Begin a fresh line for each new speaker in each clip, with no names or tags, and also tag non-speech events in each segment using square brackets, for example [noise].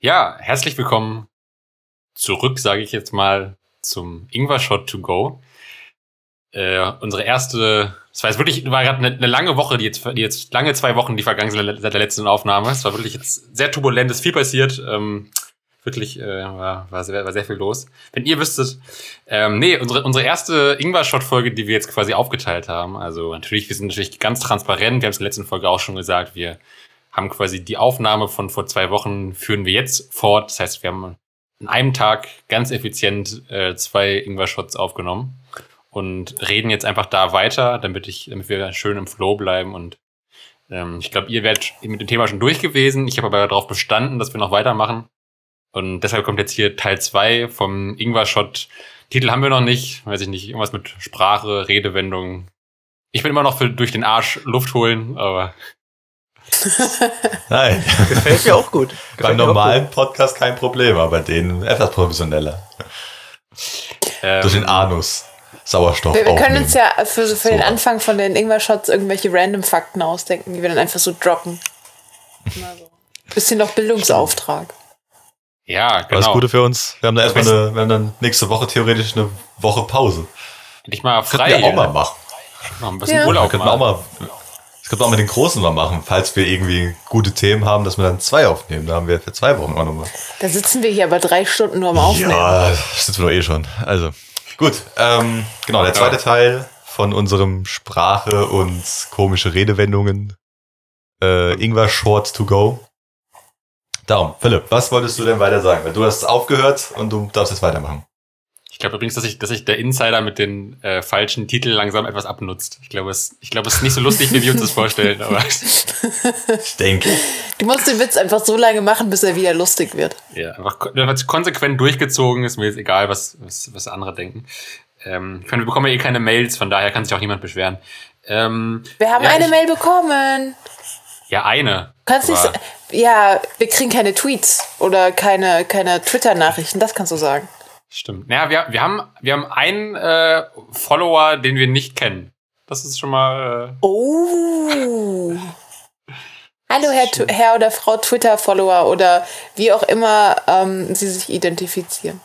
Ja, herzlich willkommen zurück, sage ich jetzt mal, zum Ingwer Shot to go. Äh, unsere erste, es war jetzt wirklich, war gerade eine, eine lange Woche, die jetzt, die jetzt lange zwei Wochen, die vergangen sind seit der letzten Aufnahme. Es war wirklich jetzt sehr turbulent, ist viel passiert. Ähm, wirklich äh, war, war, sehr, war sehr viel los. Wenn ihr wüsstet, ähm, nee, unsere, unsere erste Ingwer-Shot-Folge, die wir jetzt quasi aufgeteilt haben. Also natürlich, wir sind natürlich ganz transparent. Wir haben es in der letzten Folge auch schon gesagt, wir haben quasi die Aufnahme von vor zwei Wochen führen wir jetzt fort. Das heißt, wir haben in einem Tag ganz effizient äh, zwei Ingwer-Shots aufgenommen und reden jetzt einfach da weiter, damit ich, damit wir schön im Flow bleiben und ähm, ich glaube, ihr werdet mit dem Thema schon durch gewesen. Ich habe aber darauf bestanden, dass wir noch weitermachen. Und deshalb kommt jetzt hier Teil zwei vom Ingwer-Shot. Titel haben wir noch nicht, weiß ich nicht, irgendwas mit Sprache, Redewendung. Ich bin immer noch für durch den Arsch Luft holen, aber
Nein. [laughs]
Gefällt mir auch gut. Gefällt
Beim
mir auch
normalen Podcast kein Problem, aber den etwas professioneller.
ähm,
Durch den Anus. Sauerstoff.
Wir, wir können
aufnehmen.
uns ja für, für den
Oh, So.
Anfang von den Ingwer-Shots irgendwelche random Fakten ausdenken, die wir dann einfach so droppen. Mal so. Bisschen noch Bildungsauftrag.
ja, genau.
Alles Gute für uns. Wir haben dann erstmal
Am
eine, wir haben dann nächste Woche theoretisch eine Woche Pause.
Endlich mal
Könnten
frei.
wir auch
ne?
mal machen.
Noch ein bisschen
Ja.
Urlaub
Könnten
machen.
wir auch mal. Das könnten wir auch mit den Großen mal machen, falls wir irgendwie gute Themen haben, dass wir dann zwei aufnehmen. Da haben wir für zwei Wochen auch nochmal.
Da sitzen wir hier aber drei Stunden nur am Aufnehmen.
Ja, sitzen wir doch eh schon. Also, gut. Ähm, genau, der zweite Teil von unserem Sprache und komische Redewendungen. Äh, Ingwer Short to go. Darum, Philipp, was wolltest du denn weiter sagen? Weil du hast aufgehört und du darfst jetzt weitermachen.
Ich glaube übrigens, dass sich dass ich der Insider mit den äh, falschen Titeln langsam etwas abnutzt. Ich glaube, es, ich glaube, es ist nicht so lustig, wie wir uns das
[laughs]
vorstellen. Aber
Ich denke.
Du musst den Witz einfach so lange machen, bis er wieder lustig wird.
ja, einfach kon- wenn man es konsequent durchgezogen ist, mir jetzt egal, was, was, was andere denken. Ähm, ich meine, wir bekommen ja eh keine Mails, von daher kann sich auch niemand beschweren. Ähm,
Wir haben
ja,
eine
ich,
Mail bekommen.
Ja, eine.
Kannst nicht.
Aber-
sa- Ja, wir kriegen keine Tweets oder keine, keine Twitter-Nachrichten, das kannst du sagen.
Stimmt. Naja, wir, wir, haben, wir haben einen äh, Follower, den wir nicht kennen. Das ist schon mal. Äh,
Oh. Hallo, Herr, Tu- Herr oder Frau Twitter-Follower oder wie auch immer ähm, Sie sich identifizieren.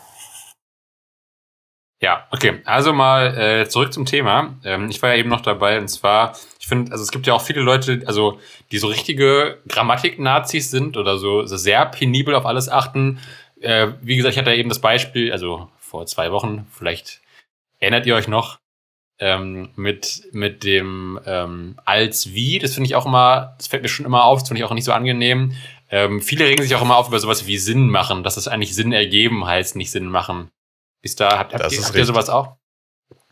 Ja, okay. Also mal äh, zurück zum Thema. Ähm, ich war ja eben noch dabei und zwar, ich finde, also es gibt ja auch viele Leute, also die so richtige Grammatik-Nazis sind oder so, so sehr penibel auf alles achten. Äh, wie gesagt, ich hatte ja eben das Beispiel, also vor zwei Wochen, vielleicht erinnert ihr euch noch, ähm, mit, mit dem ähm, als wie, das finde ich auch immer, das fällt mir schon immer auf, das finde ich auch nicht so angenehm. Ähm, viele regen sich auch immer auf über sowas wie Sinn machen, dass es eigentlich Sinn ergeben heißt, nicht Sinn machen. Ist da, habt, habt,
Das
ihr,
ist
habt ihr
richtig.
sowas auch?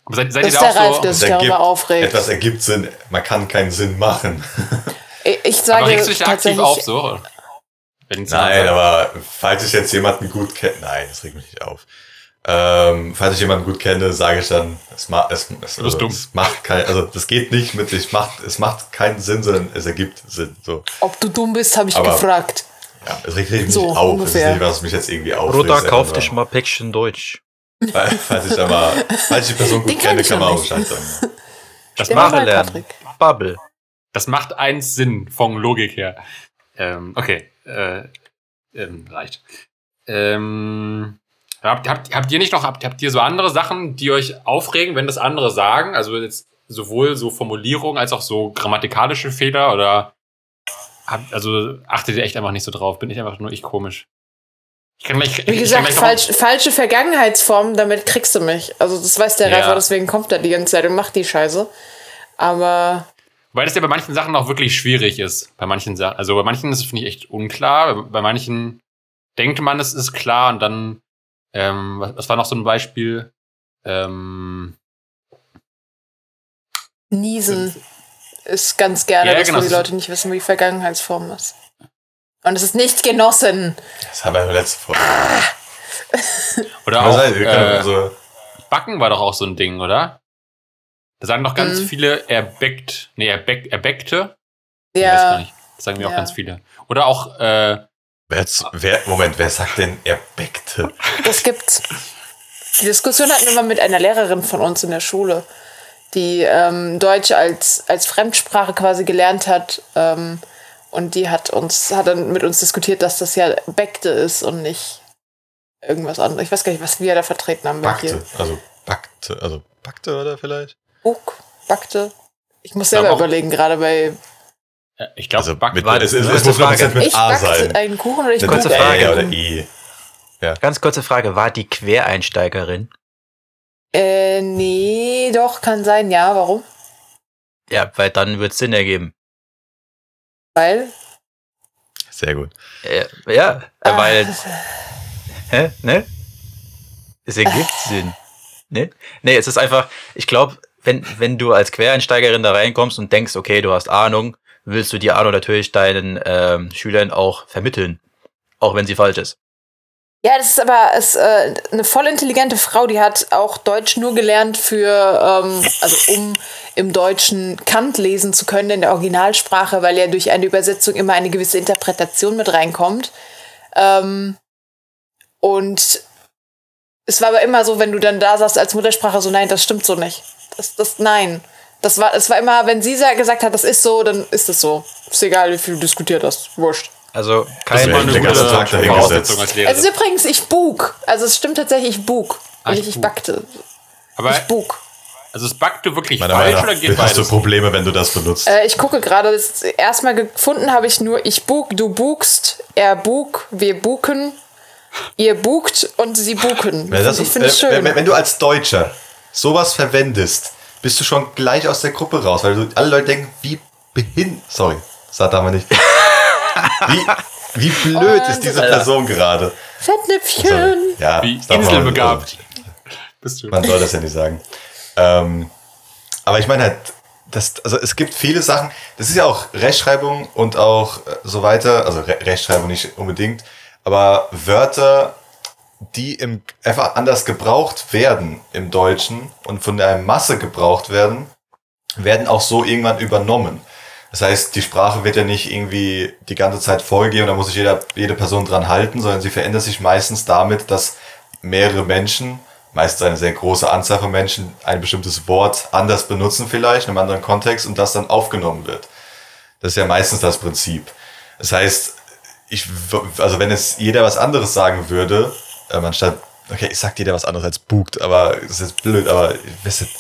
Aber seid, seid
Das
ihr
ist
da
der Ralf,
auch so?
der sich
Es ergibt
darüber aufregt.
Etwas ergibt Sinn. Man kann keinen Sinn machen.
Ich- Ich
Aber
sage
regst du dich da aktiv
tatsächlich,
auf, so? Wenn's
Nein, aber falls ich jetzt jemanden gut kenne, nein, das regt mich nicht auf. Ähm, falls ich jemanden gut kenne, sage ich dann, es, ma es, es, also,
dumm.
es macht kein, also das geht nicht mit, ich macht, es macht keinen Sinn, sondern es ergibt Sinn. So,
ob du dumm bist, habe ich
Aber-
gefragt.
ja, es regt mich
So,
nicht auf. Es
ungefähr.
ist nicht, was mich jetzt irgendwie aufregt.
Roda,
sondern
kauf
nur,
dich mal Päckchen Deutsch.
weil- [laughs] Falls ich da mal, falls ich die Person
Den
gut
kann
kenne,
ich
kann
noch
man auch
nicht.
Bescheid sagen.
Das
Der
macht,
Mann-
Sprache lernen.
Patrick.
Bubble.
das macht eins Sinn von Logik her. Ähm, okay, äh, ähm, reicht. Ähm, habt, habt, habt ihr nicht noch, habt, habt ihr so andere Sachen, die euch aufregen, wenn das andere sagen? Also jetzt sowohl so Formulierungen als auch so grammatikalische Fehler oder habt, also achtet ihr echt einfach nicht so drauf? Bin ich einfach nur ich komisch? Ich kann gleich,
Wie
ich
gesagt,
kann gleich noch-
falsch, falsche Vergangenheitsformen, damit kriegst du mich. Also das weiß der
Ja.
Ralf, auch, deswegen kommt er die ganze Zeit und macht die Scheiße. Aber
Weil das ja bei manchen Sachen auch wirklich schwierig ist. Bei manchen Sachen. Also bei manchen ist es, finde ich, echt unklar. Bei, bei manchen denkt man, es ist klar und dann, ähm, was, was war noch so ein Beispiel? Ähm,
Niesen ist ganz gerne,
Ja,
dass
genau,
die
das ist-
Leute nicht wissen, wie die Vergangenheitsform ist. Und es ist nicht genossen.
Das haben wir in der letzten Folge.
Oder
Aber
auch,
sei- wir können
äh,
also,
Backen war doch auch so ein Ding, oder? Da sagen doch ganz
Mhm.
viele erbeckt, nee, erbeck, erbeckte. Ich weiß gar
Ja,
nicht. Das sagen mir auch
Ja.
ganz viele. Oder auch, äh,
wer, hat's- wer, Moment, wer sagt denn erbeckte?
das gibt's. Die Diskussion hatten wir mal mit einer Lehrerin von uns in der Schule, die ähm, Deutsch als, als Fremdsprache quasi gelernt hat. Ähm, und die hat uns, hat dann mit uns diskutiert, dass das ja Bekte ist und nicht irgendwas anderes. Ich weiß gar nicht, was wir da vertreten haben.
Backte. Also backte, also backte oder vielleicht?
Bug, Backte. Ich muss
Ja,
selber
aber-
überlegen, gerade bei.
ich glaube,
also
Backen
mit,
war
es, es,
das,
es muss noch ein bisschen mit
Ich
A
backte
sein.
einen Kuchen oder ich
Nicht
bug
mit
Kurze
einen
Ä
Frage.
oder
Kuchen.
I.
Ganz kurze Frage, war die Quereinsteigerin?
Äh, nee, doch, kann sein, ja. Warum?
Ja, weil dann wird es Sinn ergeben.
Weil.
Sehr gut.
Äh, ja,
Ah,
weil, hä, ne? Es ergibt
Ah.
Sinn. Ne? Nee, es ist einfach, ich glaube, wenn, wenn du als Quereinsteigerin da reinkommst und denkst, okay, du hast Ahnung, willst du die Ahnung natürlich deinen ähm, Schülern auch vermitteln. Auch wenn sie falsch ist.
Ja, das ist aber ist, äh, eine voll intelligente Frau, die hat auch Deutsch nur gelernt für, ähm, also um im Deutschen Kant lesen zu können in der Originalsprache, weil ja durch eine Übersetzung immer eine gewisse Interpretation mit reinkommt. Ähm, und es war aber immer so, wenn du dann da saßt als Muttersprache, so nein, das stimmt so nicht. Das, das, nein. Das war, es war immer, wenn sie sa- gesagt hat, das ist so, dann ist es so. Ist egal, wie viel du diskutiert hast. Wurscht.
Also
das
kein
war eine
den ganzen Tag
gute
dahingesetzt.
Voraussetzung als Lehrer.
Es ist übrigens, ich bug. Also es stimmt tatsächlich, ich bug.
Ah,
Und
ich
nicht, ich
bug.
backte.
Aber
ich bug.
also es backte wirklich
Meiner
falsch
Meinung
oder geht
nach hast du
beides?
Probleme, wenn du das benutzt.
Äh, ich gucke gerade, das erstmal gefunden habe ich nur, ich bug, du bugst, er bug, wir buken, ihr bugt und sie buken.
Wenn, das, äh,
ich finde
äh,
es
wenn-
schön.
Wenn, wenn du als Deutscher sowas verwendest, bist du schon gleich aus der Gruppe raus, weil du, alle Leute denken, wie behin... Sorry, das darf man
[laughs]
nicht. wie, wie blöd
Und-
ist diese Person gerade?
Fettnäpfchen.
Ja,
Wie
das darf man-
inselbegabt. Bist du?
Man soll das ja nicht sagen. Ähm, aber ich meine halt, das, also es gibt viele Sachen, das ist ja auch Rechtschreibung und auch äh, so weiter, also Re Rechtschreibung nicht unbedingt, aber Wörter, die im, einfach anders gebraucht werden im Deutschen und von der Masse gebraucht werden, werden auch so irgendwann übernommen. Das heißt, die Sprache wird ja nicht irgendwie die ganze Zeit vorgegeben, da muss sich jeder, jede Person dran halten, sondern sie verändert sich meistens damit, dass mehrere Menschen, meistens eine sehr große Anzahl von Menschen, ein bestimmtes Wort anders benutzen vielleicht, in einem anderen Kontext und das dann aufgenommen wird. Das ist ja meistens das Prinzip. Das heißt, ich, w- also wenn jetzt jeder was anderes sagen würde, ähm, anstatt, okay, ich sag jeder was anderes als bugt, aber das ist jetzt blöd, aber ich weiß nicht.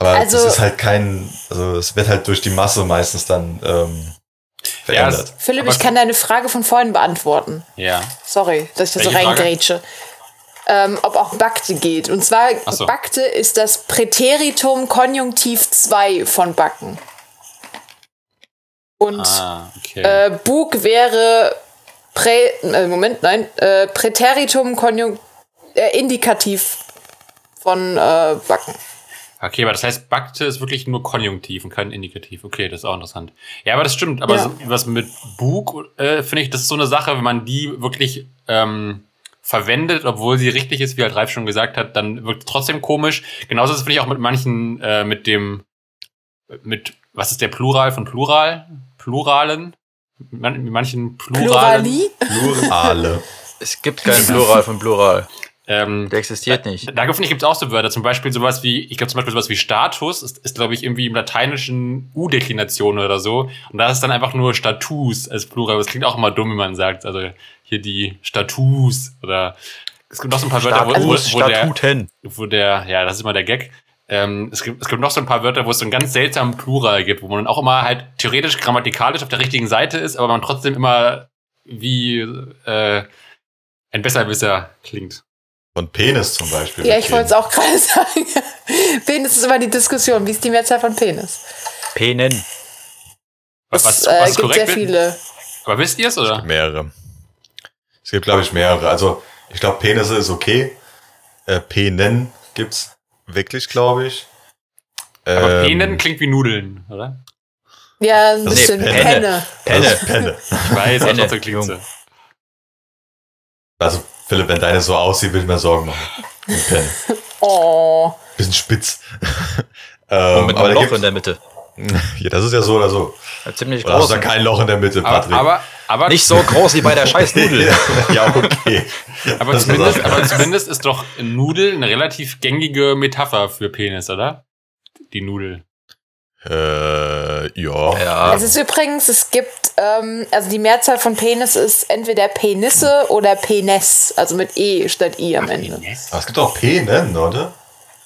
Aber
Also-
es ist halt kein, also es wird halt durch die Masse meistens dann ähm,
Ja, es-
verändert.
Philipp,
Aber-
ich kann deine Frage von vorhin beantworten.
Ja.
Sorry, dass ich da so
Welche Frage?
reingrätsche. Ähm, ob auch Bakte geht. Und zwar,
Ach so.
Bakte ist das Präteritum Konjunktiv 2 von Backen. Und
Ah, okay.
äh, Bug wäre Prä, äh, Moment, nein, äh, Präteritum Konjunktiv äh, Indikativ von äh, Backen.
Okay, aber das heißt, backte ist wirklich nur konjunktiv und kein Indikativ. Okay, das ist auch interessant. Ja, aber das stimmt. Aber
Ja.
so, was mit Bug, äh, finde ich, das ist so eine Sache, wenn man die wirklich ähm, verwendet, obwohl sie richtig ist, wie halt Ralf schon gesagt hat, dann wirkt es trotzdem komisch. Genauso ist es, finde ich, auch mit manchen, äh, mit dem, mit, was ist der Plural von Plural? Pluralen? Man, mit manchen Pluralen.
Plurali?
Plurale.
Es gibt kein Plural von Plural.
Ähm,
Der existiert nicht.
Da finde ich, gibt es auch so Wörter. Zum Beispiel sowas wie, ich glaube zum Beispiel sowas wie Status ist, ist glaube ich, irgendwie im Lateinischen U-Deklination oder so. Und da ist dann einfach nur Status als Plural. Das klingt auch immer dumm, wenn man sagt. Also hier die Status oder es gibt noch so ein paar Wörter, wo, wo,
Status,
wo, der,
Statuten.
wo der, ja, das ist immer der Gag. Ähm, es, gibt, es gibt noch so ein paar Wörter, wo es so einen ganz seltsamen Plural gibt, wo man dann auch immer halt theoretisch grammatikalisch auf der richtigen Seite ist, aber man trotzdem immer wie äh, ein Besserwisser klingt.
Von Penis zum Beispiel.
Ja, ich wollte es auch gerade [laughs] sagen. Penis ist immer die Diskussion. Wie ist die Mehrzahl von Penis?
Penen.
Was, was,
es
was
äh,
ist
gibt
korrekt
sehr
ist?
viele.
Aber wisst ihr es, oder?
Mehrere. Es gibt, glaube ich, mehrere. Also, ich glaube, Penisse ist okay. Äh, Penen gibt's wirklich, glaube ich.
Aber
Ähm,
Penen klingt wie Nudeln, oder?
Ja, ein
Nee,
bisschen
Penne.
Penne.
Das
Penne.
ist Penne.
Ich weiß, aber
Penne,
trotzdem klingt
Jung.
so.
Also, Philipp, wenn deine so aussieht, würde ich mir Sorgen machen. Eine Penne.
Oh.
Bisschen spitz. ähm,
Und mit
aber da
einem Loch in
gibt's,
der Mitte.
[laughs] ja, das ist ja so oder so.
Ein ziemlich
Oder hast du
groß.
da kein Loch in der Mitte,
Aber,
Patrick?
aber, aber,
Nicht so groß wie bei der scheiß Nudel.
[laughs] ja, okay.
aber,
Das
zumindest,
gesagt.
aber zumindest ist doch Nudel eine relativ gängige Metapher für Penis, oder? Die Nudel.
äh, ja.
Ah.
Ja.
Es ist übrigens, es gibt, ähm, also die Mehrzahl von Penis ist entweder Penisse oder Penes, also mit E statt I am Ende.
Aber es gibt auch Penen, oder?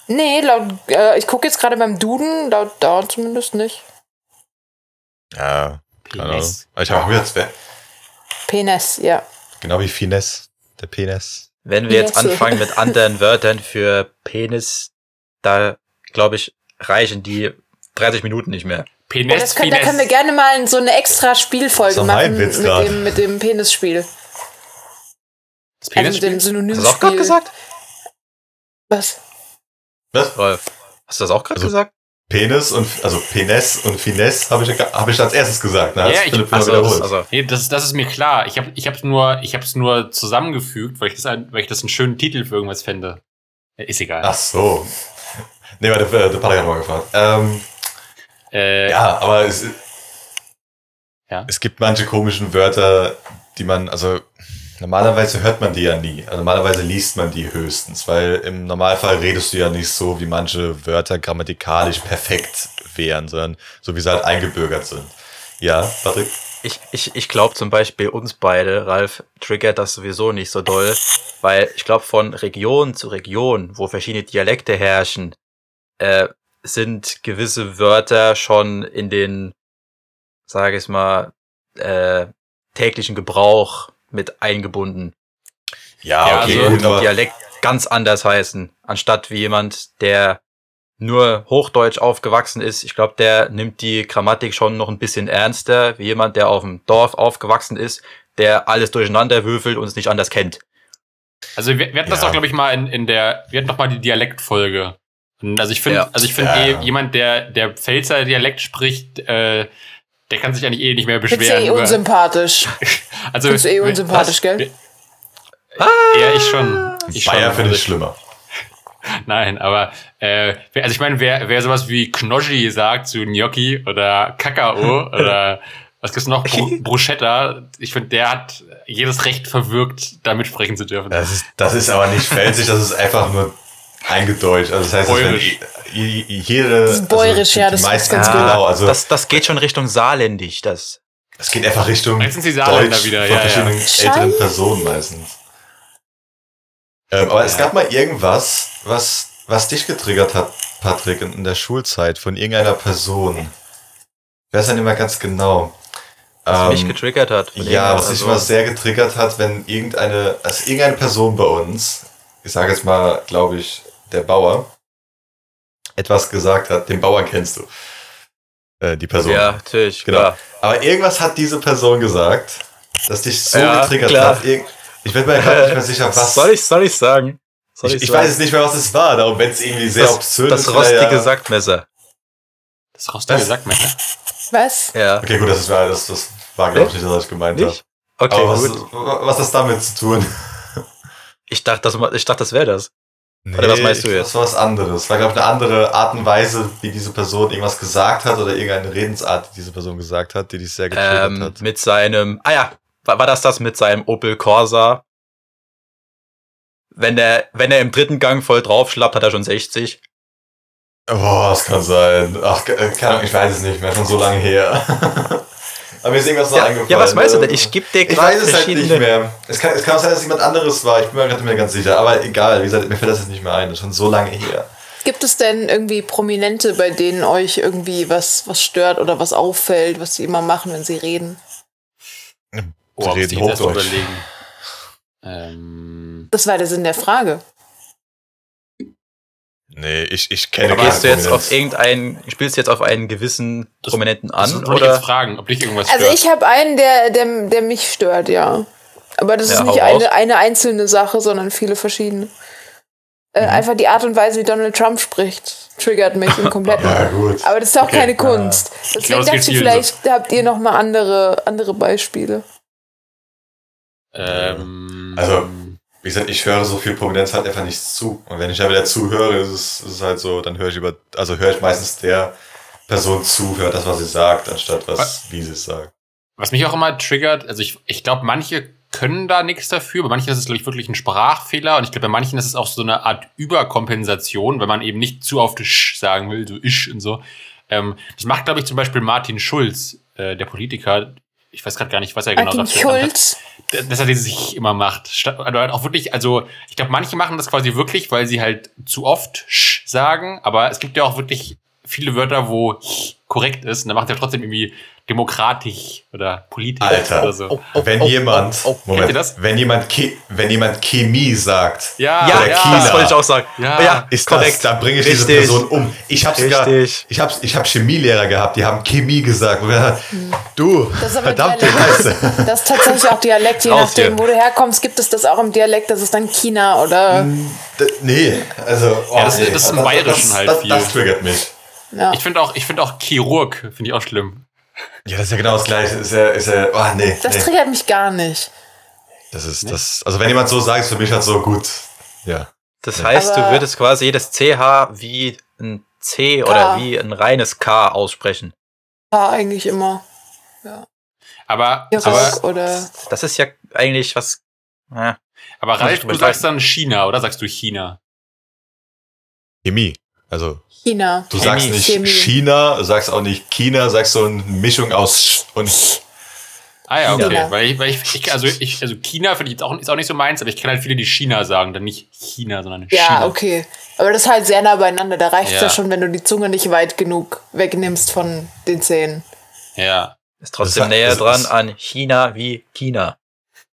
Nee, laut, äh, ich gucke jetzt gerade beim Duden, laut da zumindest nicht.
Ja, keine Ahnung.
Penis.
Ich habe jetzt,
Penis, ja.
genau wie Finesse, der Penis.
Wenn wir jetzt
Netze.
anfangen mit anderen Wörtern für Penis, da glaube ich, reichen die 30 Minuten nicht mehr.
Oh, das
Penis,
können, da
Penis.
können wir gerne mal so eine extra Spielfolge
Das war mein
machen
Witz
mit
grad.
dem, mit dem Penisspiel.
Das
Also mit dem
Penisspiel?
Hast du das auch gerade
Synonymspiel.
gesagt?
Was?
Rolf, hast du das auch gerade
Also-
gesagt?
Penis und, also Penis und Finesse habe ich, ja- hab ich als erstes gesagt. Ne? Hat's
Ja, ich-
Philipp
Also,
wiederholt.
das- also,
Nee, das, das ist mir klar. Ich habe ich hab's nur, ich hab's nur zusammengefügt, weil ich, das, ein- weil ich das einen schönen Titel für irgendwas fände. Äh, Ist egal.
Ach so. Nee, warte, der, der Patrick hat mal gefragt. Ähm,
Äh,
ja, aber es,
Ja.
es gibt manche komischen Wörter, die man, also normalerweise hört man die ja nie. Also normalerweise liest man die höchstens, weil im Normalfall redest du ja nicht so, wie manche Wörter grammatikalisch perfekt wären, sondern so wie sie halt eingebürgert sind. Ja, Patrick?
ich ich, ich glaube zum Beispiel uns beide, Ralf, triggert das sowieso nicht so doll, weil ich glaube, von Region zu Region, wo verschiedene Dialekte herrschen, äh, sind gewisse Wörter schon in den, sage ich mal, äh, täglichen Gebrauch mit eingebunden.
Ah,
Ja,
die
okay, also-
im Dialekt ganz anders heißen, anstatt wie jemand, der nur Hochdeutsch aufgewachsen ist. Ich glaube, der nimmt die Grammatik schon noch ein bisschen ernster, wie jemand, der auf dem Dorf aufgewachsen ist, der alles durcheinander würfelt und es nicht anders kennt.
Also wir, wir hatten das
Ja.
doch, glaube ich, mal in, in der, wir hatten doch mal die Dialektfolge. Und Also ich finde,
Ja.
also ich finde
Ja.
eh, jemand, der, der Pfälzer Dialekt spricht, äh, der kann sich eigentlich eh nicht mehr
Findest du
beschweren.
eh
über-
unsympathisch.
[laughs] also,
Findest du eh unsympathisch, gell?
Ja, ich schon. Ich
Bayer
schon.
finde ich
Also-
schlimmer.
Nein, aber äh, wer- also ich meine, wer, wer sowas wie Knoschi sagt zu Gnocchi oder
[laughs]
Kakao oder was gibt's noch? Bru Bruschetta, ich finde, der hat jedes Recht verwirkt, damit sprechen zu dürfen.
Das ist, das ist aber nicht felsig, das ist einfach nur eingedeutscht. Also das heißt, dass wenn
Bäuerisch.
i- i- jede,
Das ist bäuerisch,
also die-
ja,
die
das ist
meisten,
ganz
genau. Also das,
das, das geht schon Richtung Saarländisch, das.
geht einfach Richtung
Meistens die Saarländer
Deutsch
wieder,
von
ja, ja.
verschiedenen älteren
Scheiße.
Personen meistens. Ähm, aber es gab mal irgendwas, was, was dich getriggert hat, Patrick, in, in der Schulzeit von irgendeiner Person. Wer ist denn immer ganz genau?
Was
Ähm,
mich getriggert hat. Von
Ja,
dem-
was mich
also-
mal sehr getriggert hat, wenn irgendeine, also irgendeine Person bei uns, ich sage jetzt mal, glaube ich, der Bauer, etwas gesagt hat, den Bauern kennst du. Äh, die Person.
Ja, natürlich.
Genau.
Klar.
Aber irgendwas hat diese Person gesagt, dass dich so
Ja,
getriggert
klar.
hat. Irg ich bin mir gerade nicht mehr sicher, was.
soll ich, soll ich sagen? Soll
ich, ich weiß jetzt nicht mehr, was es war, darum, wenn es irgendwie sehr
das,
obszön
das
ist. vielleicht,
rostige
ja.
Sackmesser.
Das rostige
das-
Sackmesser.
Was?
Ja.
Okay, gut, das, ist, das, das war, glaube ich, nicht, was ich gemeint habe.
Nicht? Okay,
Aber was,
gut.
was hat das damit zu tun?
Ich dachte, das, ich dachte, das wäre das. Oder was meinst du
ich-
jetzt?
Das war was anderes. War, glaube ich, eine andere Art und Weise, wie diese Person irgendwas gesagt hat oder irgendeine Redensart, die diese Person gesagt hat, die dich sehr getriggert
Ähm,
hat.
mit seinem, ah ja, war, war das das mit seinem Opel Corsa? Wenn er, wenn er im dritten Gang voll draufschlappt, hat er schon 60.
Boah, das kann sein. Ach, ke- äh, keine Ahnung, ich weiß es nicht mehr, schon so lange her. [laughs] Aber mir ist irgendwas noch
Ja,
eingefallen.
ja, was meinst du denn?
Ähm,
Ich gebe dir
ich
grad
weiß es halt nicht
verschiedene-
mehr. Es kann, es kann auch sein, dass es jemand anderes war. Ich bin mir gerade nicht mehr ganz sicher. Aber egal, wie gesagt, mir fällt das jetzt nicht mehr ein. Das ist schon so lange her.
Gibt es denn irgendwie Prominente, bei denen euch irgendwie was, was stört oder was auffällt, was sie immer machen, wenn sie reden?
Oh,
Sie
muss ich
reden
jetzt erst mal
Hochdeutsch.
überlegen. Ähm,
Das war der Sinn der Frage.
Nee, ich, ich kenne
Aber
Gehst du jetzt
keinen
auf E- irgendeinen, spielst du jetzt auf einen gewissen
Das-
Prominenten
das
an?
wollte ich jetzt
Oder?
fragen, ob dich irgendwas
Also
stört.
ich habe einen, der, der, der mich stört, ja. Aber das
Ja,
ist nicht
hau raus.
eine, eine einzelne Sache, sondern viele verschiedene. Äh, Einfach die Art und Weise, wie Donald Trump spricht, triggert mich im kompletten.
gut.
Aber das ist auch
Okay.
keine Kunst. Deswegen
glaube, das
dachte
geht
ich,
vielen
vielleicht habt ihr noch mal andere, andere Beispiele.
Ähm,
Also- Wie gesagt, ich höre so viel Prominenz halt einfach nicht zu. Und wenn ich da wieder zuhöre, ist es, ist es halt so, dann höre ich über, also höre ich meistens der Person zu, höre das, was sie sagt, anstatt was, wie sie es sagt.
was mich auch immer triggert, also ich, ich glaube, manche können da nichts dafür, bei manchen ist es, glaube ich, wirklich ein Sprachfehler und ich glaube, bei manchen ist es auch so eine Art Überkompensation, wenn man eben nicht zu oft Sch sagen will, so Isch und so. Ähm, das macht, glaube ich, zum Beispiel Martin Schulz, äh, der Politiker. Ich weiß gerade gar nicht, was er genau
Martin
dafür hat.
Schulz.
dass er den sich immer macht. Statt- Also halt auch wirklich, also ich glaube, manche machen das quasi wirklich, weil sie halt zu oft sch sagen, aber es gibt ja auch wirklich viele Wörter, wo sch korrekt ist und dann macht er trotzdem irgendwie demokratisch oder politisch
Alter.
oder so.
wenn jemand,
oh, oh.
Kennt
Moment,
ihr das?
wenn jemand, Ke wenn jemand Chemie sagt,
Ja,
Ja,
oder
ja.
das wollte ich auch sagen.
Ja.
ist korrekt, dann bringe ich diese
Richtig.
Person um. Ich habe sogar,
Richtig.
ich habe, ich habe Chemielehrer gehabt, die haben Chemie gesagt. Und wir- Du,
Hm. Das ist aber
verdammte
Dialekt.
Scheiße.
Das ist tatsächlich auch Dialekt, je
Raus
nachdem,
hier.
wo du herkommst, gibt es das auch im Dialekt, das ist dann China oder.
D- Nee, also, oh,
Ja, das- das ist im
Also,
Bayerischen
das,
halt
das,
viel.
Das triggert mich.
Ja.
Ich finde auch, ich finde auch Chirurg finde ich auch schlimm.
Ja, das ist ja genau das Gleiche. Ist ja, ist ja, oh, nee,
Das
nee.
triggert mich gar nicht.
Das ist das. Also wenn jemand so sagt, ist für mich halt so gut. Ja.
Das heißt,
Aber-
du würdest quasi jedes CH wie ein C oder wie ein reines K aussprechen.
Ja, eigentlich immer.
Aber, aber,
Irok oder.
Das ist ja eigentlich was. äh, Ja,
aber Ralf, du
Muss ich
sagst dann China oder sagst du China?
Chemie. Also
China.
du
Chemie.
sagst nicht
Chemie.
China, sagst auch nicht China, sagst so eine Mischung aus Sch und Sch.
Ah ja, okay.
China.
Weil ich, weil ich, ich also ich, also China finde ich jetzt auch, ist auch nicht so meins, aber ich kenne halt viele, die China sagen, dann nicht China, sondern China.
Ja, okay. Aber das ist halt sehr nah beieinander. Da reicht es ja.
Ja.
schon, wenn du die Zunge nicht weit genug wegnimmst von den Zähnen.
Ja.
ist trotzdem
Das-
näher
das-
dran
das-
an China wie China.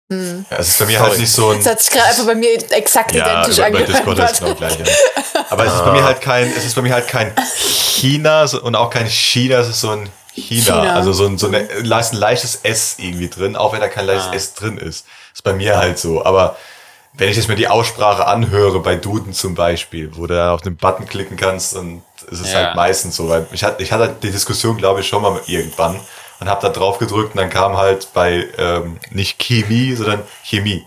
Hm.
Ja, Es ist bei mir
Sorry.
halt nicht so ein.
Das hat sich gerade einfach bei mir exakt
Ja,
identisch
über, über Discord
[laughs]
ist es
angehört.
genau gleich. Ja. Aber es ist bei mir halt kein, es ist bei mir halt kein China so- und auch kein China, es ist so ein China.
China. Mhm.
Also so ein, so eine, da ist ein leichtes S irgendwie drin, auch wenn da kein leichtes
Ah.
S drin ist. Ist bei mir halt so. Aber wenn ich jetzt mir die Aussprache anhöre, bei Duden zum Beispiel, wo du da auf den Button klicken kannst und es ist
Ja.
halt meistens so, weil ich hatte, ich hatte die Diskussion, glaube ich, schon mal mit irgendwann und habe da drauf gedrückt und dann kam halt bei ähm, nicht Chemie, sondern Chemie.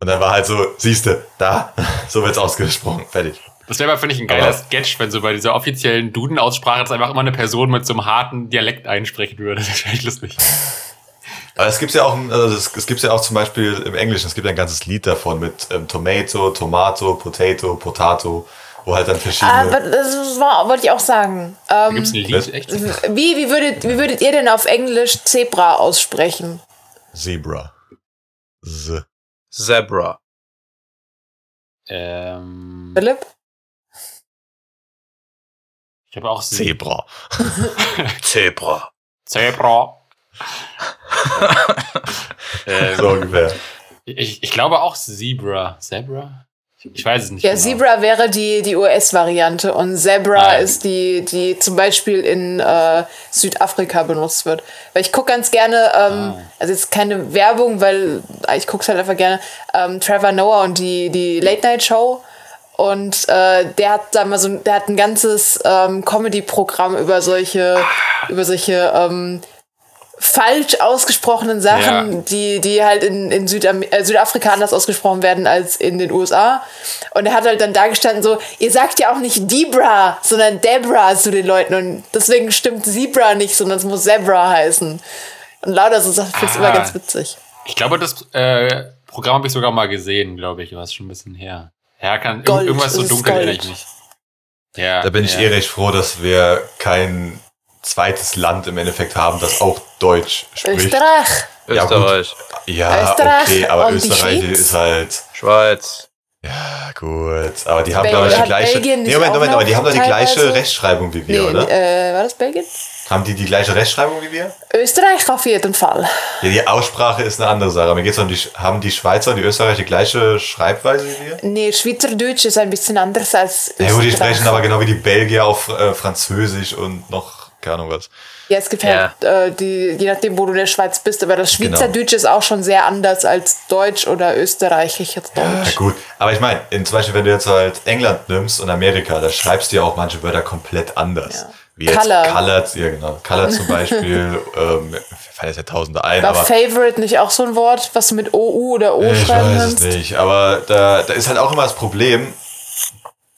Und dann war halt so, siehste, da, [laughs] so wird's ausgesprochen, fertig.
Das wäre aber, finde ich, ein geiler
Aber-
Sketch, wenn so bei dieser offiziellen Duden-Aussprache das einfach immer eine Person mit so einem harten Dialekt einsprechen würde. [laughs] Das wäre echt lustig.
Aber es gibt's ja auch, also es, es gibt's ja auch zum Beispiel im Englischen, es gibt ja ein ganzes Lied davon mit ähm, Tomato, Tomato, Potato, Potato, wo halt dann
Ah, Aber
verschiedene.
das war, wollte ich auch sagen.
Da
Ähm,
gibt's ein Lied, echt?
wie, wie, würdet, wie würdet ihr denn auf Englisch Zebra aussprechen?
Zebra. Z.
Zebra.
Ähm,
Philipp?
ich glaube auch Ze-
Zebra.
Zebra.
[laughs]
Zebra. ähm,
So ungefähr.
ich, ich glaube auch Zebra. Zebra? Ich weiß es nicht.
Ja,
genau.
Zebra wäre die, die US-Variante und Zebra
Ah, ja.
ist die, die zum Beispiel in äh, Südafrika benutzt wird. Weil ich gucke ganz gerne, ähm,
Ah.
also jetzt keine Werbung, weil äh, ich gucke halt einfach gerne, ähm, Trevor Noah und die, die Late-Night-Show. Und äh, der hat da mal so ein- der hat ein ganzes ähm, Comedy-Programm über solche, über solche ähm, falsch ausgesprochenen Sachen,
Ja.
die, die halt in, in Südam äh, Südafrika anders ausgesprochen werden als in den USA. Und er hat halt dann dargestanden so, ihr sagt ja auch nicht Debra, sondern Debra zu den Leuten. Und deswegen stimmt Zebra nicht, sondern es muss Zebra heißen. Und lauter so Sachen finde ich immer
Ah.
ganz witzig.
Ich glaube, das äh, Programm habe ich sogar mal gesehen, glaube ich. War es schon ein bisschen her. Ja, kann
Gold,
irgendwas so
es ist
dunkel erinnere
Gold.
ich mich. Ja,
Da bin ich
ja.
eh recht froh, dass wir kein zweites Land im Endeffekt haben, das auch Deutsch spricht.
Österreich.
Ja, gut.
Österreich.
Ja,
Österreich
okay, aber
und die
Österreich
Schweiz?
ist halt.
Schweiz.
Ja, gut. Aber die haben,
Bel-
glaube ich, die
hat
gleiche.
Belgien
Nee,
nicht
Moment,
auch
Moment,
noch
aber die haben doch die
teilweise?
gleiche Rechtschreibung wie
Nee,
wir, oder?
äh, war das Belgien?
Haben die die gleiche Rechtschreibung wie wir?
Österreich auf jeden Fall.
Ja, die Aussprache ist eine andere Sache. Mir geht's um die, Sch- haben die Schweizer und die Österreicher die gleiche Schreibweise wie wir?
Nee, Schweizerdeutsch ist ein bisschen anders als
Ja, gut, die
Österreich.
sprechen aber genau wie die Belgier auf äh, Französisch und noch keine Ahnung was.
Ja, es gibt
Ja.
halt, äh, die, je nachdem, wo du in der Schweiz bist, aber das
Genau.
Schweizerdeutsch ist auch schon sehr anders als Deutsch oder österreichisches
Ja,
Deutsch.
gut. Aber ich meine, in- zum Beispiel, wenn du jetzt halt England nimmst und Amerika, da schreibst du ja auch manche Wörter komplett anders. Wie jetzt
Color.
Color, ja genau. Color
[laughs]
zum Beispiel, ähm, mir fallen jetzt ja Tausende ein,
War
aber
Favorite nicht auch so ein Wort, was du mit OU oder O
ich
schreiben
weiß es
kannst?
nicht. Aber da, da ist halt auch immer das Problem.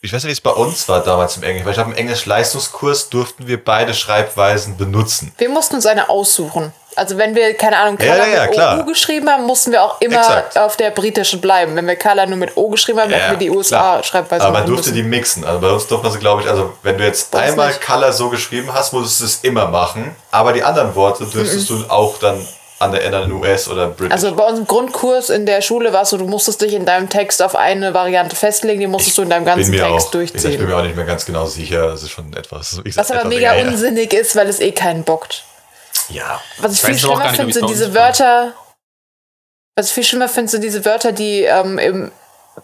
Ich weiß nicht, wie es bei uns war damals im Englisch, weil ich habe im Englisch-Leistungskurs durften wir beide Schreibweisen benutzen.
Wir mussten uns eine aussuchen. Also wenn wir, keine Ahnung,
Ja,
Color
ja, ja,
mit
klar.
OU geschrieben haben, mussten wir auch immer
Exakt.
auf der britischen bleiben. Wenn wir Color nur mit O geschrieben haben, hätten wir die
klar.
USA-Schreibweise
Aber man
machen
durfte
müssen.
die mixen. Also bei uns durfte man sie, glaube ich, also wenn du jetzt
Bei uns
einmal
nicht.
Color so geschrieben hast, musstest du es immer machen. Aber die anderen Worte dürftest du auch dann an der ändern in US oder British.
Mhm. Also bei uns im Grundkurs in der Schule war es so, du musstest dich in deinem Text auf eine Variante festlegen, die musstest du in deinem ganzen Text
auch, Ich bin
durchziehen.
mir auch nicht mehr ganz genau sicher. Das ist schon etwas. wie gesagt,
Was aber
etwas
mega
länger her.
unsinnig ist, weil es eh keinen bockt.
Ja.
Was ich,
Ich
viel
weiß aber auch
schlimmer
gar nicht, ob
finde,
ich's
sind
bei uns
diese
kann.
Wörter. Was ich viel schlimmer finde, sind diese Wörter, die ähm, im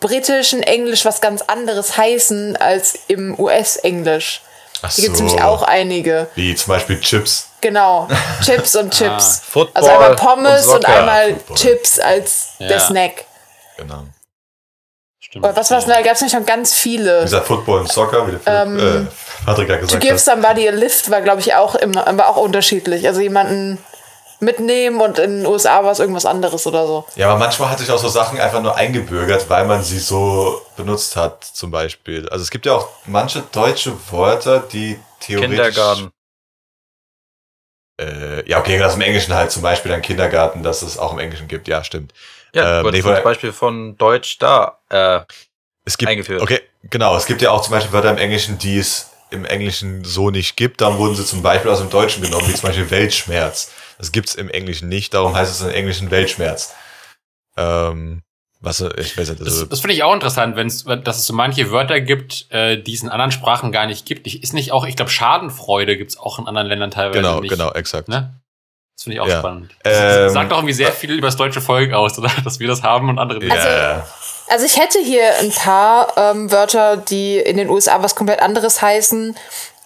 britischen Englisch was ganz anderes heißen als im US-Englisch.
Ach
Hier gibt es
so.
nämlich auch einige.
Wie zum Beispiel Chips.
[laughs]
Genau. Chips und Chips.
Ah.
Football
also einmal Pommes und,
Soccer.
einmal
Football.
Chips als
Ja.
der Snack.
Genau.
Stimmt.
Aber was war's denn? Da gab es nämlich schon ganz
Wie
viele.
gesagt, Football und Soccer, wie der Philipp,
Ähm,
äh, Patrick gerade
To
gesagt
give
hat.
somebody a lift war, glaube ich, auch immer, war auch unterschiedlich. Also jemanden mitnehmen und in den USA war es irgendwas anderes oder so.
Ja, aber manchmal hat sich auch so Sachen einfach nur eingebürgert, weil man sie so benutzt hat, zum Beispiel. Also es gibt ja auch manche deutsche Wörter, die theoretisch.
Kindergarten.
Äh, ja, okay, das im Englischen halt zum Beispiel ein Kindergarten, dass es auch im Englischen gibt. Ja, stimmt.
Ja,
Ähm,
wurde
nee,
zum
weil-
Beispiel von Deutsch da. Äh,
Es gibt,
Eingeführt.
Okay, genau. Es gibt ja auch zum Beispiel Wörter im Englischen, die es im Englischen so nicht gibt. Darum wurden sie zum Beispiel aus dem Deutschen genommen, wie zum Beispiel Weltschmerz. Das gibt's im Englischen nicht, darum heißt es im Englischen Weltschmerz. Ähm, was, ich weiß nicht, also,
Das, das finde ich auch interessant, wenn's, wenn- dass es so manche Wörter gibt, äh, die es in anderen Sprachen gar nicht gibt. Ich, ist nicht auch, ich glaube, Schadenfreude gibt es auch in anderen Ländern teilweise
genau,
also nicht.
genau, exakt.
Ne? Das finde ich auch
Ja.
spannend. Das
Ähm,
sagt auch irgendwie sehr viel über das deutsche Volk aus, oder? [laughs] Dass wir das haben und andere nicht.
Ja,
Also-
ja.
Also ich hätte hier ein paar ähm, Wörter, die in den USA was komplett anderes heißen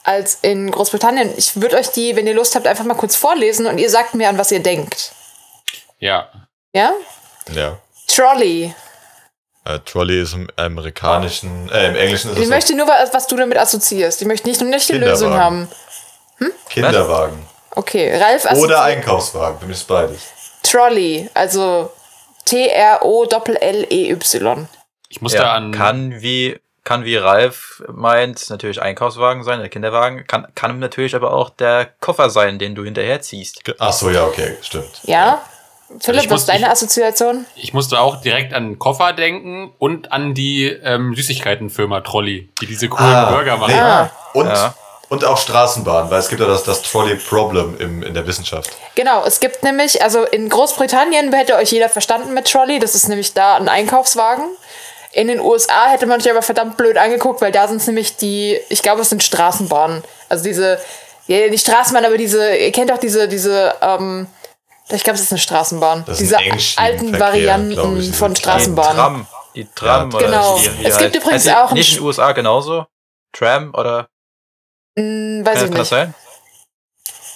als in Großbritannien. Ich würde euch die, wenn ihr Lust habt, einfach mal kurz vorlesen und ihr sagt mir an, was ihr denkt.
Ja.
Ja?
ja.
Trolley.
Äh, Trolley ist im amerikanischen, äh, im Englischen ist
Ich
es so
möchte nur, was was du damit assoziierst. Ich möchte nicht nur nicht die
Kinderwagen.
Lösung haben.
Kinderwagen
Okay, Ralf
oder
assoziiert
Einkaufswagen, du bist beides.
Trolley, also E T-R-O-L-L-E-Y.
Ich muss da
ja,
an.
kann wie kann wie Ralf meint natürlich Einkaufswagen sein, der Kinderwagen kann kann natürlich aber auch der Koffer sein, den du hinterher ziehst.
Ge- Ach so, ja, okay, stimmt.
Ja? Philipp,
Ich
was
muss-
ist deine
ich-
Assoziation?
Ich musste auch direkt an den Koffer denken und an die ähm, Süßigkeitenfirma Trolley, die diese coolen Burger machen.
nee.
Ah.
Und,
Ja.
und auch Straßenbahn, weil es gibt ja das, das Trolley-Problem im- in der Wissenschaft.
Genau, es gibt nämlich, also in Großbritannien hätte euch jeder verstanden mit Trolley, das ist nämlich da ein Einkaufswagen. In den USA hätte man sich aber verdammt blöd angeguckt, weil da sind es nämlich die, ich glaube, es sind Straßenbahnen. Also diese, ja, nicht Straßenbahn, aber diese, ihr kennt auch diese, diese, ähm, ich glaube, es ist eine Straßenbahn.
Das ist
diese
ein Engschienenverkehr,
alten
glaube
Varianten
ich, diese
von
kleinen
Straßenbahnen.
Tram, die Tram
Ja,
oder
Genau.
wie- wie
Es
halt-
gibt übrigens
heißt die
auch
nicht
ein-
in den USA genauso Tram oder
Hm, weiß
kann,
ich
kann das
nicht.
sein?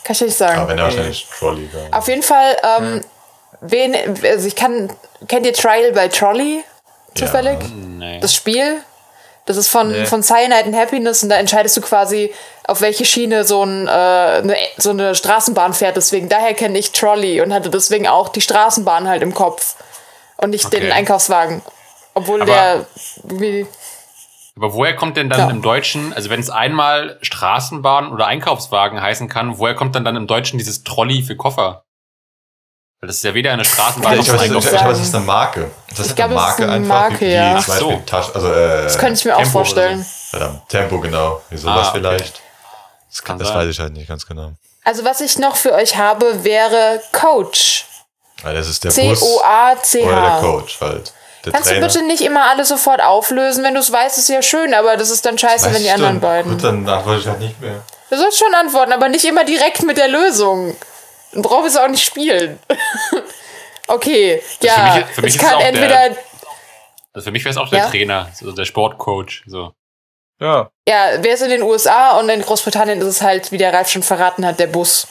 Kann ich nicht sagen.
Aber Ah, wenn er wahrscheinlich Trolley war.
Auf jeden Fall, ähm, wen, also ich kann, kennt ihr Trial by Trolley zufällig?
Nee.
Das Spiel? Das ist von,
Nee.
von Cyanide and Happiness und da entscheidest du quasi, auf welche Schiene so, ein, äh, eine, so eine Straßenbahn fährt. Deswegen, daher kenne ich Trolley und hatte deswegen auch die Straßenbahn halt im Kopf und nicht den
Okay.
Einkaufswagen. Obwohl
Aber-
der. Wie,
Aber woher kommt denn dann
Ja.
im Deutschen, also wenn es einmal Straßenbahn oder Einkaufswagen heißen kann, woher kommt dann dann im Deutschen dieses Trolley für Koffer? Weil das ist ja weder eine Straßenbahn
Ja,
noch
ich
ein
glaube, es ist- ich
Einkaufswagen.
glaube, es ist eine Marke. Das ist
Ich glaube,
eine
es ist
Marke
eine
einfach.
Marke,
wie,
ja.
Wie
Ach
zum Beispiel
so.
Taschen, also, äh,
das könnte ich mir auch
Tempo oder so.
vorstellen.
verdammt, Tempo, genau. Wie
Ah,
sowas
okay.
vielleicht. Das, kann,
Kann
das
sein.
weiß ich halt nicht ganz genau.
Also, was ich noch für euch habe, wäre Coach.
Weil Ah, das ist der Bus oder der
C-O-A-C-H.
Coach halt. Der
Kannst
Trainer.
du bitte nicht immer alles sofort auflösen? Wenn du es weißt, ist ja schön, aber das ist dann scheiße,
Weiß
wenn die
ich dann.
anderen beiden.
Gut, dann antworte ich halt nicht mehr.
Du sollst schon antworten, aber nicht immer direkt mit der Lösung. Dann brauchen wir es auch nicht spielen. [laughs] okay, ja.
für mich- für mich
ich
ist es
kann
auch der-
entweder.
Also für mich wäre es auch der
Ja?
Trainer, so der Sportcoach. So.
Ja.
Ja, wer ist in den USA und in Großbritannien ist es halt, wie der Ralf schon verraten hat, der Bus.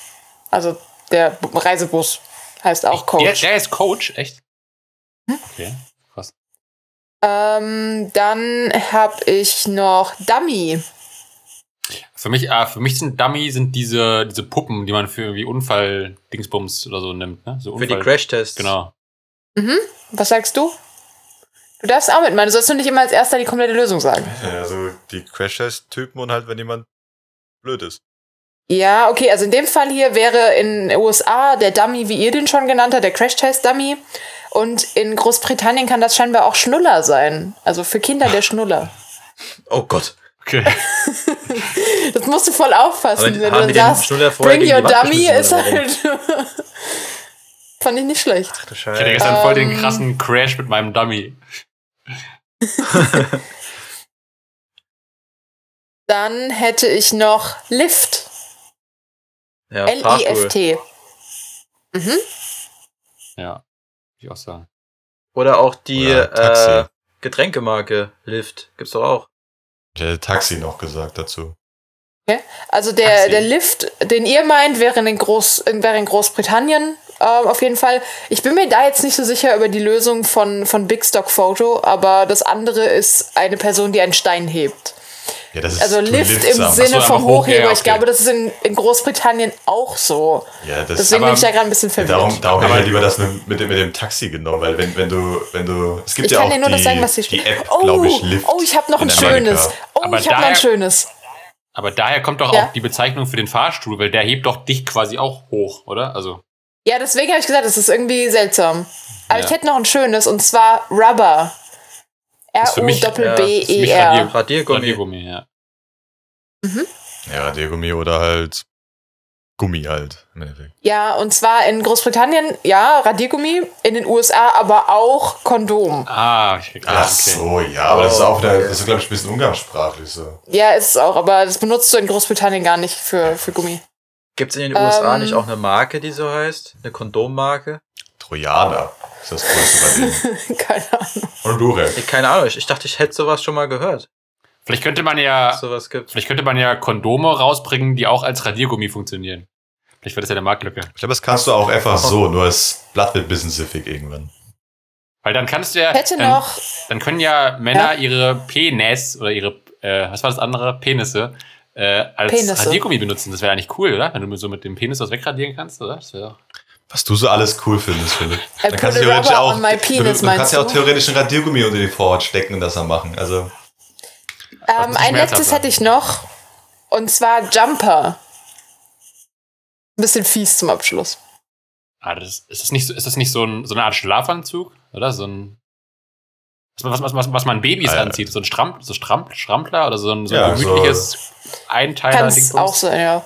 Also der B- Reisebus heißt auch
Der,
Coach.
der ist Coach, echt?
Hm?
Okay. Krass.
Ähm, dann habe ich noch Dummy.
Für mich, ah, für mich sind Dummy sind diese, diese Puppen, die man für irgendwie Unfall-Dingsbums oder so nimmt, ne? So
Für die
Unfall-
Crash-Tests.
Genau.
Was sagst du? Du darfst auch mitmachen. Du sollst nur nicht immer als erster die komplette Lösung sagen.
Also die Crash-Test-Typen und halt, wenn jemand blöd ist.
Ja, okay, also in dem Fall hier wäre in den USA der Dummy, wie ihr den schon genannt habt, der Crash-Test-Dummy. Und in Großbritannien kann das scheinbar auch Schnuller sein. Also für Kinder
[laughs]
der Schnuller.
Oh Gott.
[laughs] Okay.
Das musst du voll aufpassen,
Aber
wenn
haben
du
die
dann
den
sagst,
Schnuller vorher
bring
gegen
your
die Wand
dummy ist
geschmissen oder
halt... [laughs] Fand ich nicht schlecht.
Ach du
Ich hatte
Scheiße.
gestern voll
Ähm.
den krassen Crash mit meinem Dummy.
Dann hätte ich noch Lift.
Ja,
E
Fahrstuhl.
L-I-F-T. Mhm.
Ja. Würde ich auch sagen.
Oder auch die
Oder Taxi.
äh, Getränkemarke Lift. Gibt's doch auch.
Ich hätte Taxi noch gesagt dazu.
Also der,
Taxi.
der Lift, den ihr meint, wäre in, Groß, wäre in Großbritannien ähm, auf jeden Fall. Ich bin mir da jetzt nicht so sicher über die Lösung von, von Big Stock Photo, aber das andere ist eine Person, die einen Stein hebt.
Ja, das ist
Also
to
Lift im
sagen.
Sinne
einfach
vom
hoch,
Hochheber.
ja,
Ich
okay.
glaube, das ist in, in Großbritannien auch so.
Ja, das
Deswegen
aber-
bin ich da gerade ein bisschen verwirrt.
Darum, darum
Aber-
hätte ich lieber das mit, mit, dem- mit dem Taxi genommen, weil wenn, wenn du, wenn du, es gibt
Ich
ja
kann
auch
dir nur
die,
das sagen, was hier
die
steht.
App,
oh,
glaube ich, Lyft.
oh, ich habe noch
in
ein
Amerika.
schönes. Oh,
Aber
ich habe noch ein
daher-
schönes.
Aber daher kommt doch
Ja.
auch die Bezeichnung für den Fahrstuhl, weil der hebt doch dich quasi auch hoch, oder? Also,
Ja, deswegen habe ich gesagt, es ist irgendwie seltsam. Aber
Ja.
ich hätte noch ein schönes und zwar Rubber.
Ist für mich-
E R-U-B-B-E-R.
ja, ist für mich
Radiergummi.
Radiergummi, ja.
Ja, Radiergummi oder halt Gummi halt. im Endeffekt.
ja, und zwar in Großbritannien, ja, Radiergummi, in den USA aber auch Kondom.
Ah, ich krieg- ah,
Ach
okay.
so, ja, aber das
Oh.
ist auch wieder, das ist, glaube ich, ein bisschen umgangssprachlich so.
Ja, ist es auch, aber das benutzt du in Großbritannien gar nicht für, für Gummi. [laughs]
Gibt's in den USA
Ähm.
nicht auch eine Marke, die so heißt? Eine Kondommarke?
Trojaner ist das größte bei
[laughs]
denen.
Keine
[laughs]
Ahnung.
Und Durex.
Ich, keine Ahnung. Ich, ich dachte, ich hätte sowas schon mal gehört.
Vielleicht könnte man ja,
dass Sowas gibt's.
vielleicht könnte man ja Kondome rausbringen, die auch als Radiergummi funktionieren. Vielleicht wäre das ja der Marktlücke.
Ich glaube, das kannst du auch einfach so, nur das Blatt wird ein bisschen siffig irgendwann.
Weil dann kannst du ja,
Hätte
dann,
noch,
dann können ja Männer ihre Penis oder ihre, äh, was war das andere? Penisse, äh, als
Penisse.
Radiergummi benutzen. Das wäre eigentlich cool, oder? Wenn du so mit dem Penis was wegradieren kannst, oder? Das wäre
Was du so alles cool findest, Philipp.
I put a rubber on my penis,
du, du kannst
meinst
ja auch
du?
theoretisch ein Radiergummi unter die Vorhaut stecken und das dann machen. Also,
ähm,
muss
ein
schmerzhaft
letztes
sein.
hätte ich noch. Und zwar Jumper. Ein bisschen fies zum Abschluss.
Ah, das ist, ist das nicht so, ist das nicht so, ein, so eine Art Schlafanzug, oder? So ein. Was, was, was, was man Babys
Ah, ja.
anzieht, so ein Stramp, so Stramp, Strampler oder so ein, so ein
Ja, so-
gemütliches Einteiler.
Kann es auch
Dingsbums.
sein, ja.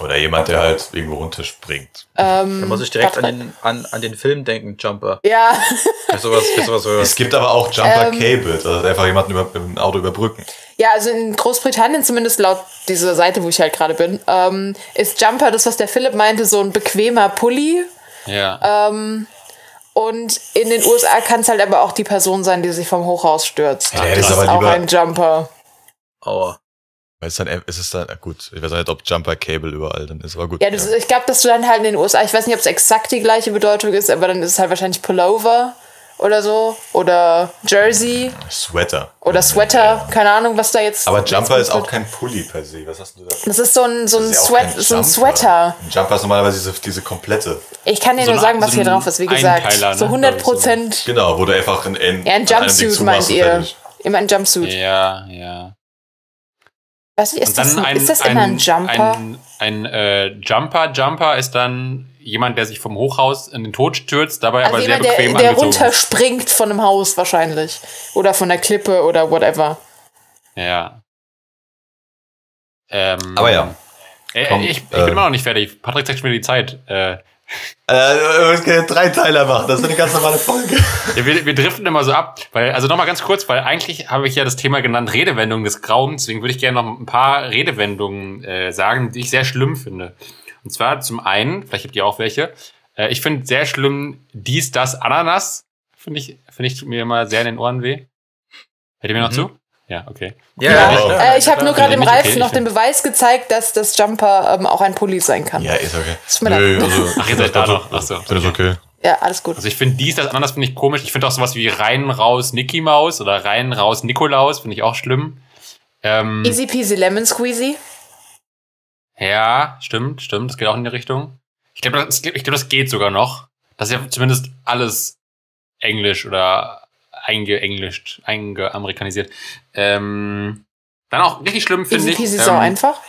oder jemand, der halt irgendwo runterspringt.
Ähm,
Da muss ich direkt an
warte.
den, an, an den Film denken, Jumper.
Ja,
Wer sowas, wer [laughs] sowas
Es
hört.
gibt aber auch Jumper
Ähm.
Cables, also einfach jemanden über, mit dem Auto überbrücken.
ja, also in Großbritannien zumindest laut dieser Seite, wo ich halt gerade bin, ähm, ist Jumper das, was der Philipp meinte, so ein bequemer Pulli.
Ja.
Ähm, und in den USA kann es halt aber auch die Person sein, die sich vom Hochhaus stürzt.
Ja, der
das
ist
ist
aber
auch
lieber-
ein Jumper.
Aua.
Weil es dann, es ist dann, gut, ich weiß nicht, ob Jumper Cable überall dann ist, aber gut.
Ja, das, ist- ich glaube, dass du dann halt in den USA, ich weiß nicht, ob es exakt die gleiche Bedeutung ist, aber dann ist es halt wahrscheinlich Pullover oder so. Oder Jersey
Sweater.
oder Sweater. Keine Ahnung, was da jetzt.
Aber Jumper ist
jetzt-
auch kein Pulli per se. Was hast du da?
Das ist so ein, so ein,
Das ist ja auch
Sweat,
kein
so ein
Jumper.
Sweater.
Ein Jumper ist normalerweise diese, diese komplette.
Ich kann dir
So
nur
ein-
sagen, was
so
hier
ein
drauf ist, wie gesagt.
Einteiler, ne?
so 100 Prozent.
Genau, wo du einfach ein, ein,
Ja, ein
an einem Ding
Jumpsuit
zumachst
meint
und
ihr.
fertig.
Immer ein Jumpsuit.
Ja, ja.
Weiß nicht, Ähm, ist,
Und
das, ein, ist das immer ein, Jumper?
Ein, ein äh, Jumper, Jumper ist dann jemand, der sich vom Hochhaus in den Tod stürzt, dabei
also
aber sehr
jemand,
bequem
der, der
angezogen ist.
runterspringt von einem Haus wahrscheinlich. Oder von der Klippe oder whatever.
Ja. Ähm,
Aber ja.
Äh,
Komm,
ich ich
äh,
bin immer noch nicht fertig. Patrick zeigt mir die Zeit. Äh,
Äh, wir müssen keine Dreiteiler machen, das ist eine ganz normale Folge.
Ja, wir, wir driften immer so ab, weil, also nochmal ganz kurz, weil eigentlich habe ich ja das Thema genannt, Redewendungen des Grauens, deswegen würde ich gerne noch ein paar Redewendungen äh, sagen, die ich sehr schlimm finde. Und zwar zum einen, vielleicht habt ihr auch welche, äh, ich finde sehr schlimm dies, das, Ananas, finde ich, finde ich, tut mir immer sehr in den Ohren weh. Hört ihr mir noch
Mhm.
zu? Ja, okay.
Ja,
Ja,
ja, klar.
äh, ich habe nur
klar. Also
gerade dem
Okay,
Ralf
ich
noch
find-
den Beweis gezeigt, dass das Jumper ähm, auch ein Pulli sein kann.
Ja, ist okay.
Tut mir leid.
also,
Ach, ihr seid da noch. Ach so,
Das ist okay.
Ja, alles gut.
Also ich finde dies, das anders finde ich komisch. Ich finde auch sowas wie rein raus Nicky Maus oder rein raus Nikolaus finde ich auch schlimm. Ähm,
Easy peasy lemon squeezy.
ja, stimmt, stimmt. Das geht auch in die Richtung. Ich glaube, das, ich glaub, das geht sogar noch. Das ist ja zumindest alles Englisch oder eingeenglischt, eingeamerikanisiert. Ähm, dann auch richtig schlimm finde
Easy
ich.
peasy
ähm,
so einfach.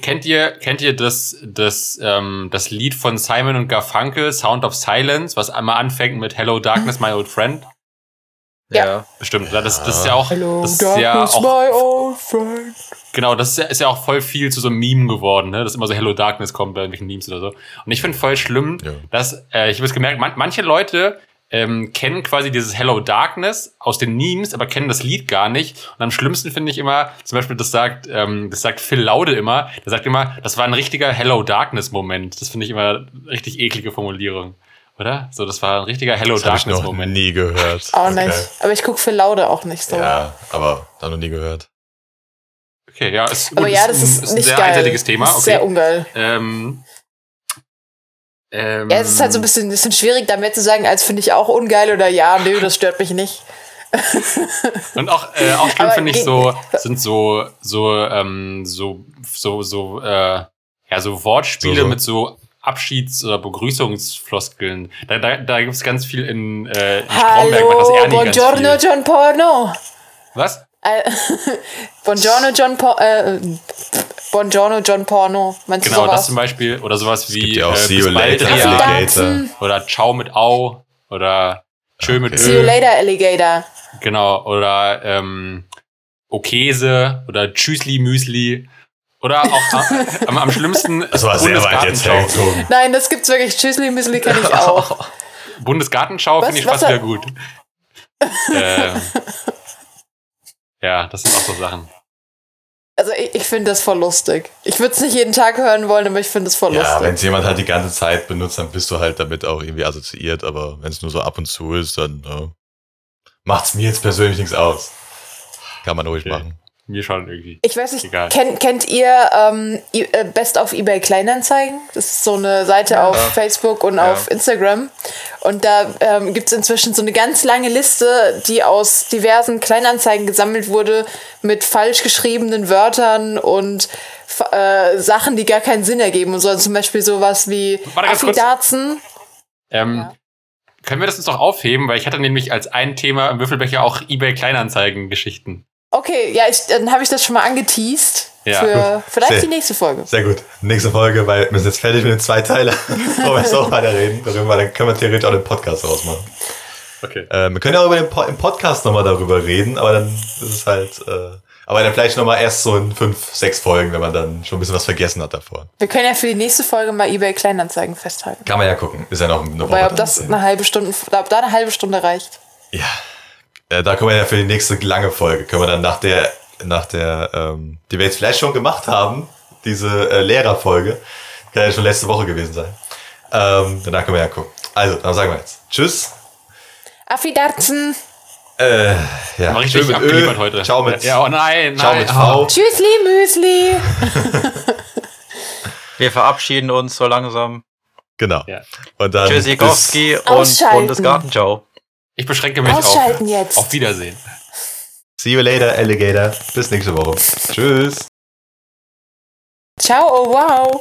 Kennt ihr, kennt ihr das, das, ähm, das Lied von Simon und Garfunkel, Sound of Silence, was einmal anfängt mit Hello Darkness, my old friend?
Ja.
ja.
Bestimmt. Das, das ist ja auch,
Hello,
das ist ja
darkness,
auch
my old friend.
genau, das ist ja, ist ja auch voll viel zu so einem Meme geworden, ne? Dass immer so Hello Darkness kommt bei irgendwelchen Memes oder so. Und ich finde voll schlimm,
Ja.
dass äh, ich habe es gemerkt, man, manche Leute ähm, kennen quasi dieses Hello Darkness aus den Memes, aber kennen das Lied gar nicht. Und am schlimmsten finde ich immer, zum Beispiel, das sagt, ähm, das sagt Phil Laude immer, der sagt immer, das war ein richtiger Hello Darkness-Moment. Das finde ich immer richtig eklige Formulierung. Oder? So, das war ein richtiger Hello
Das habe ich noch
Darkness-Moment.
nie gehört.
Auch nicht. Aber ich gucke für Laude auch nicht Oh, so.
Ja, aber da noch nie gehört.
Okay, ja, ist,
Aber
gut,
ja, das
ein-
ist,
ein
nicht
sehr
geil.
einseitiges Thema.
Das
Okay.
ist Sehr ungeil.
Ähm, ähm,
Ja, es ist halt so ein bisschen, ein bisschen schwierig, da mehr zu sagen, als finde ich auch ungeil oder ja, nö, das stört mich nicht.
Und auch, äh, auch schlimm
Aber
finde ich
geht-
so, sind so, so, ähm, so, so, so, äh, ja, so Wortspiele
So, so.
mit so Abschieds- oder Begrüßungsfloskeln. Da, da, da gibt es ganz viel in, äh, in Stromberg, macht das
Hallo,
Ernie ganz
buongiorno
viel.
John Porno.
Was?
Äh, [laughs] buongiorno John Porno. Äh, buongiorno John Porno. Meinst
Genau,
du
das
sowas?
zum Beispiel. Oder sowas wie
Ja, auch
äh,
See
bis
you
bald,
later,
Ria.
ja.
Alligator.
Oder Ciao mit Au. Oder Tschö mit
See you
Ö.
later, Alligator.
Genau, oder ähm, Okese oder Tschüssli Müsli. Oder
[laughs]
auch am, am, am schlimmsten
[laughs] Das war sehr weit jetzt
Bundesgartenschau.
hergezogen.
Nein, das gibt's wirklich. Tschüssli, Müsli kenne
[laughs]
[laughs]
ich auch.
Bundesgartenschau
Was-
finde ich
was
fast wieder
hat- [laughs]
gut. ähm, ja, das sind auch so Sachen.
Also ich, ich finde das voll lustig. Ich würde es nicht jeden Tag hören wollen, aber ich finde es voll
Ja, wenn
Oh, lustig.
es jemand halt die ganze Zeit benutzt, dann bist du halt damit auch irgendwie assoziiert, aber wenn es nur so ab und zu ist, dann ja, macht's mir jetzt persönlich nichts aus. Kann man ruhig
Okay.
machen.
Mir schon irgendwie.
Ich weiß nicht,
Egal.
kennt, kennt ihr ähm, i- äh, Best auf eBay Kleinanzeigen? Das ist so eine Seite auf Facebook und
Ja.
auf Instagram. Und da ähm, gibt es inzwischen so eine ganz lange Liste, die aus diversen Kleinanzeigen gesammelt wurde, mit falsch geschriebenen Wörtern und fa- äh, Sachen, die gar keinen Sinn ergeben. Und so also zum Beispiel sowas wie
Warte ganz kurz.
Affidazen.
Ähm, Können wir das uns noch aufheben? Weil ich hatte nämlich als ein Thema im Würfelbecher auch Ebay-Kleinanzeigen-Geschichten.
Okay, ja, ich, dann habe ich das schon mal angeteased.
Ja.
Für vielleicht
Sehr-
die nächste Folge.
Sehr gut. Nächste Folge, weil wir sind jetzt fertig mit den zwei Teilen. [laughs] Wollen wir jetzt auch weiterreden darüber, dann können wir theoretisch auch den Podcast rausmachen.
Okay.
Äh, wir können ja auch über den po im Podcast nochmal darüber reden, aber dann ist es halt, äh, aber dann vielleicht nochmal erst so in fünf, sechs Folgen, wenn man dann schon ein bisschen was vergessen hat davor.
Wir können ja für die nächste Folge mal eBay Kleinanzeigen festhalten.
Kann man ja gucken. Ist ja noch eine
Wobei,
Woche
ob
dann.
das eine halbe Stunde, ob da eine halbe Stunde reicht.
Ja, äh, da können wir ja für die nächste lange Folge, können wir dann nach der, nach der, ähm, die wir jetzt vielleicht schon gemacht haben, diese äh, Lehrerfolge, kann ja schon letzte Woche gewesen sein. Ähm, danach können wir ja gucken. Also, dann sagen wir jetzt Tschüss.
Affidarzen.
Äh, ja,
War richtig
Tschö mit Ö.
abgeliefert heute.
Ciao mit,
Ja, oh nein, nein.
ciao mit
oh.
V.
Tschüssli, Müsli.
Wir verabschieden uns so langsam.
Genau.
Ja.
Und dann
Tschüssikowski und
Ausschalten.
Bundesgartenschau.
Ich beschränke mich auf,
Ausschalten jetzt.
auf Wiedersehen.
bis- See you later, Alligator. Bis nächste Woche. Tschüss.
Ciao, oh wow.